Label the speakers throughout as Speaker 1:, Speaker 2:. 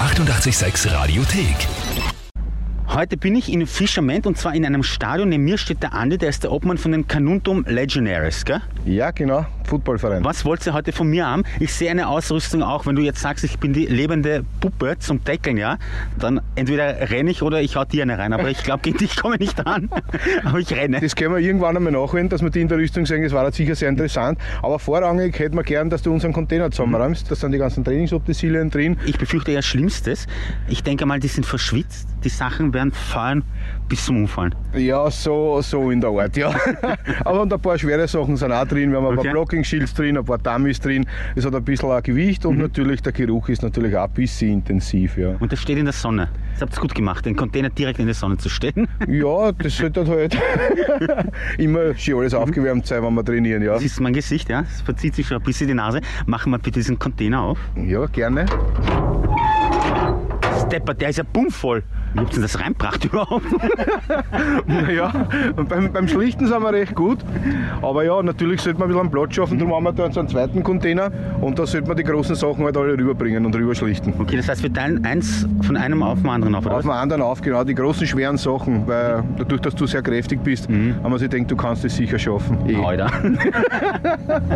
Speaker 1: 886 Radiothek.
Speaker 2: Heute bin ich in Fischerment und zwar in einem Stadion. Neben mir steht der Andi, der ist der Obmann von den Canuntum Legionaries, gell?
Speaker 3: Ja, genau, Footballverein.
Speaker 2: Was wollt ihr heute von mir haben? Ich sehe eine Ausrüstung auch, wenn du jetzt sagst, ich bin die lebende Puppe zum Deckeln, ja? Dann entweder renne ich oder ich hau dir eine rein. Aber ich glaube, gegen dich komme ich nicht an. Aber ich renne.
Speaker 3: Das können wir irgendwann einmal nachholen, dass wir die in der Rüstung sehen. Das war jetzt sicher sehr interessant. Aber vorrangig hätten wir gern, dass du unseren Container zusammenräumst. Da sind die ganzen Trainingsutensilien drin.
Speaker 2: Ich befürchte ja Schlimmstes. Ich denke mal, die sind verschwitzt. Die Sachen werden fallen bis zum Umfallen.
Speaker 3: Ja, so, so in der Art, ja. Aber und ein paar schwere Sachen sind auch drin. Wir haben ein
Speaker 2: Okay.
Speaker 3: paar Blocking-Shields drin, ein paar Dummies drin. Es hat ein bisschen ein Gewicht und natürlich der Geruch ist natürlich auch ein bisschen intensiv, ja.
Speaker 2: Und das steht in der Sonne. Das habt ihr gut gemacht, den Container direkt in der Sonne zu stellen.
Speaker 3: Ja, das sollte halt immer schön alles aufgewärmt sein, wenn wir trainieren, ja.
Speaker 2: Das ist mein Gesicht, ja. Es verzieht sich schon ein bisschen die Nase. Machen wir bitte diesen Container auf.
Speaker 3: Ja, gerne.
Speaker 2: Stepper, der ist ja bummvoll. Wie habt ihr denn das reinbracht überhaupt?
Speaker 3: Ja, und beim, beim Schlichten sind wir recht gut. Aber ja, natürlich sollte man ein bisschen Platz schaffen, darum haben wir da so einen zweiten Container und da sollte man die großen Sachen halt alle rüberbringen und rüberschlichten.
Speaker 2: Okay, das heißt, wir teilen eins von einem auf den anderen auf, oder? was?
Speaker 3: Auf den anderen auf, genau, die großen schweren Sachen, weil dadurch, dass du sehr kräftig bist,
Speaker 2: Mhm.
Speaker 3: haben wir sich gedacht, du kannst es sicher schaffen. Eh.
Speaker 2: Alter.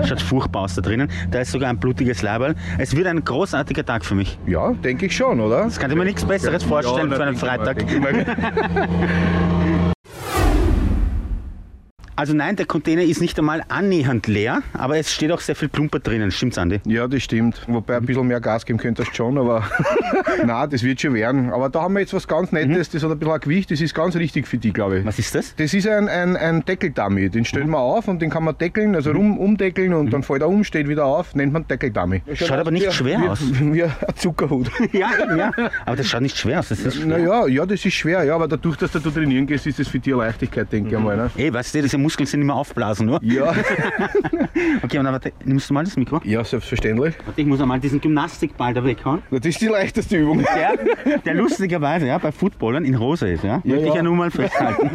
Speaker 2: Schaut furchtbar aus da drinnen. Da ist sogar ein blutiges Leiberl. Es wird ein großartiger Tag für mich.
Speaker 3: Ja, denke ich schon, oder?
Speaker 2: Das kann ich mir nichts Besseres vorstellen für einen Freitag. Also nein, der Container ist nicht einmal annähernd leer, aber es steht auch sehr viel Plumper drinnen. Stimmt's, Andi?
Speaker 3: Ja, das stimmt. Wobei ein bisschen mehr Gas geben könntest schon, aber nein, das wird schon werden. Aber da haben wir jetzt was ganz
Speaker 2: Mhm.
Speaker 3: Nettes, das hat ein bisschen ein Gewicht, das ist ganz richtig für die, glaube ich.
Speaker 2: Was ist das?
Speaker 3: Das ist ein, ein, ein Deckeldummy, den stellen wir auf und den kann man deckeln, also rum, umdeckeln und dann fällt er um, steht wieder auf, nennt man Deckeldummy.
Speaker 2: Mhm. Schaut aber nicht schwer aus.
Speaker 3: Wie ein Zuckerhut.
Speaker 2: Ja, eben, ja. Aber das schaut nicht schwer aus. Das ist schwer.
Speaker 3: Naja, ja, ne. das ist schwer, ja, aber dadurch, dass du da trainieren gehst, ist das für dich eine Leichtigkeit, denke ich mal. Ne?
Speaker 2: Ey, weißt du, diese Muskeln sind immer aufblasen, nur.
Speaker 3: Ja.
Speaker 2: Okay, und dann warte, nimmst du mal das Mikro?
Speaker 3: ja, selbstverständlich.
Speaker 2: Warte, ich muss einmal diesen Gymnastikball da weghauen.
Speaker 3: Das ist die leichteste Übung.
Speaker 2: Der, der lustigerweise ja, bei Footballern in Rosa ist, ja. Möchte ich ja nur mal festhalten.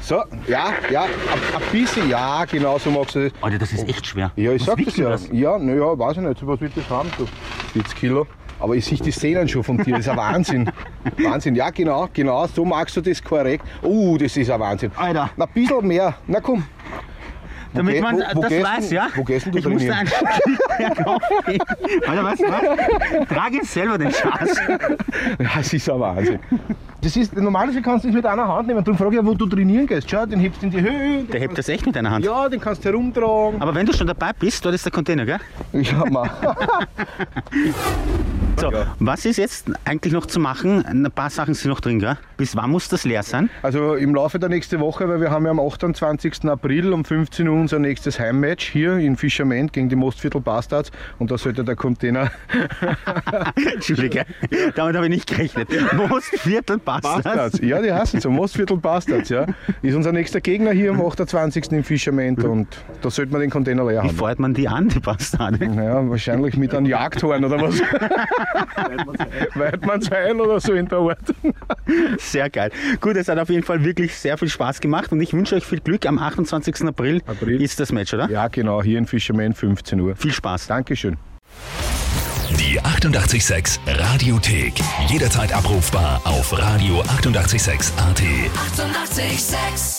Speaker 3: So, ja, ja, ein, ein bisschen, ja, genau so magst du das.
Speaker 2: Alter, das ist echt schwer.
Speaker 3: Ja, ich
Speaker 2: Was
Speaker 3: sag das
Speaker 2: wiegt
Speaker 3: ja.
Speaker 2: denn
Speaker 3: Ja, naja, weiß ich nicht, so was wird das haben, so 40 Kilo. Aber ich sehe die Szenen schon von dir, das ist ein Wahnsinn. Wahnsinn, ja genau, genau, so magst du das korrekt. Oh, das ist ein Wahnsinn.
Speaker 2: Alter.
Speaker 3: Na, ein bisschen mehr, na komm.
Speaker 2: Damit
Speaker 3: geh-
Speaker 2: man
Speaker 3: wo- wo
Speaker 2: das
Speaker 3: gehst
Speaker 2: weiß,
Speaker 3: du-
Speaker 2: ja.
Speaker 3: wo gehst denn du
Speaker 2: Ich musste
Speaker 3: trainieren?
Speaker 2: ein Stück bergauf gehen. Alter, weißt du was? Trag jetzt selber den Schatz.
Speaker 3: Ja, das ist ein Wahnsinn. Das ist, normalerweise kannst du das mit einer Hand nehmen. Darum frage ich ja, wo du trainieren gehst. Schau, den hebst du in die Höhe.
Speaker 2: Der hebt das echt mit einer Hand.
Speaker 3: Ja, den kannst du herumtragen.
Speaker 2: Aber wenn du schon dabei bist, dort ist der Container, gell?
Speaker 3: Ja, ma.
Speaker 2: So,
Speaker 3: Ja.
Speaker 2: was ist jetzt eigentlich noch zu machen? Ein paar Sachen sind noch drin, gell? Bis wann muss das leer sein?
Speaker 3: Also im Laufe der nächsten Woche, weil wir haben ja am 28. April um 15 Uhr unser nächstes Heimmatch hier in Fischerment gegen die Mostviertel Bastards und da sollte der Container
Speaker 2: Entschuldige, damit habe ich nicht gerechnet. Most Viertel Bastards.
Speaker 3: Bastards, ja die heißen so, Mostviertel Bastards, ja, ist unser nächster Gegner hier am 28. in Fischerment und da sollte man den Container leer
Speaker 2: Wie
Speaker 3: haben.
Speaker 2: feuert man die an, die Bastarde?
Speaker 3: Naja, wahrscheinlich mit einem Jagdhorn oder was. Weit man's ein oder so in der Art.
Speaker 2: Sehr geil. Gut, es hat auf jeden Fall wirklich sehr viel Spaß gemacht und ich wünsche euch viel Glück. Am 28. April,
Speaker 3: April.
Speaker 2: ist das Match, oder?
Speaker 3: Ja genau, hier in Fischerment 15 Uhr.
Speaker 2: Viel Spaß.
Speaker 3: Dankeschön.
Speaker 1: Die 886 Radiothek. Jederzeit abrufbar auf radio886.at. 886!
Speaker 4: 886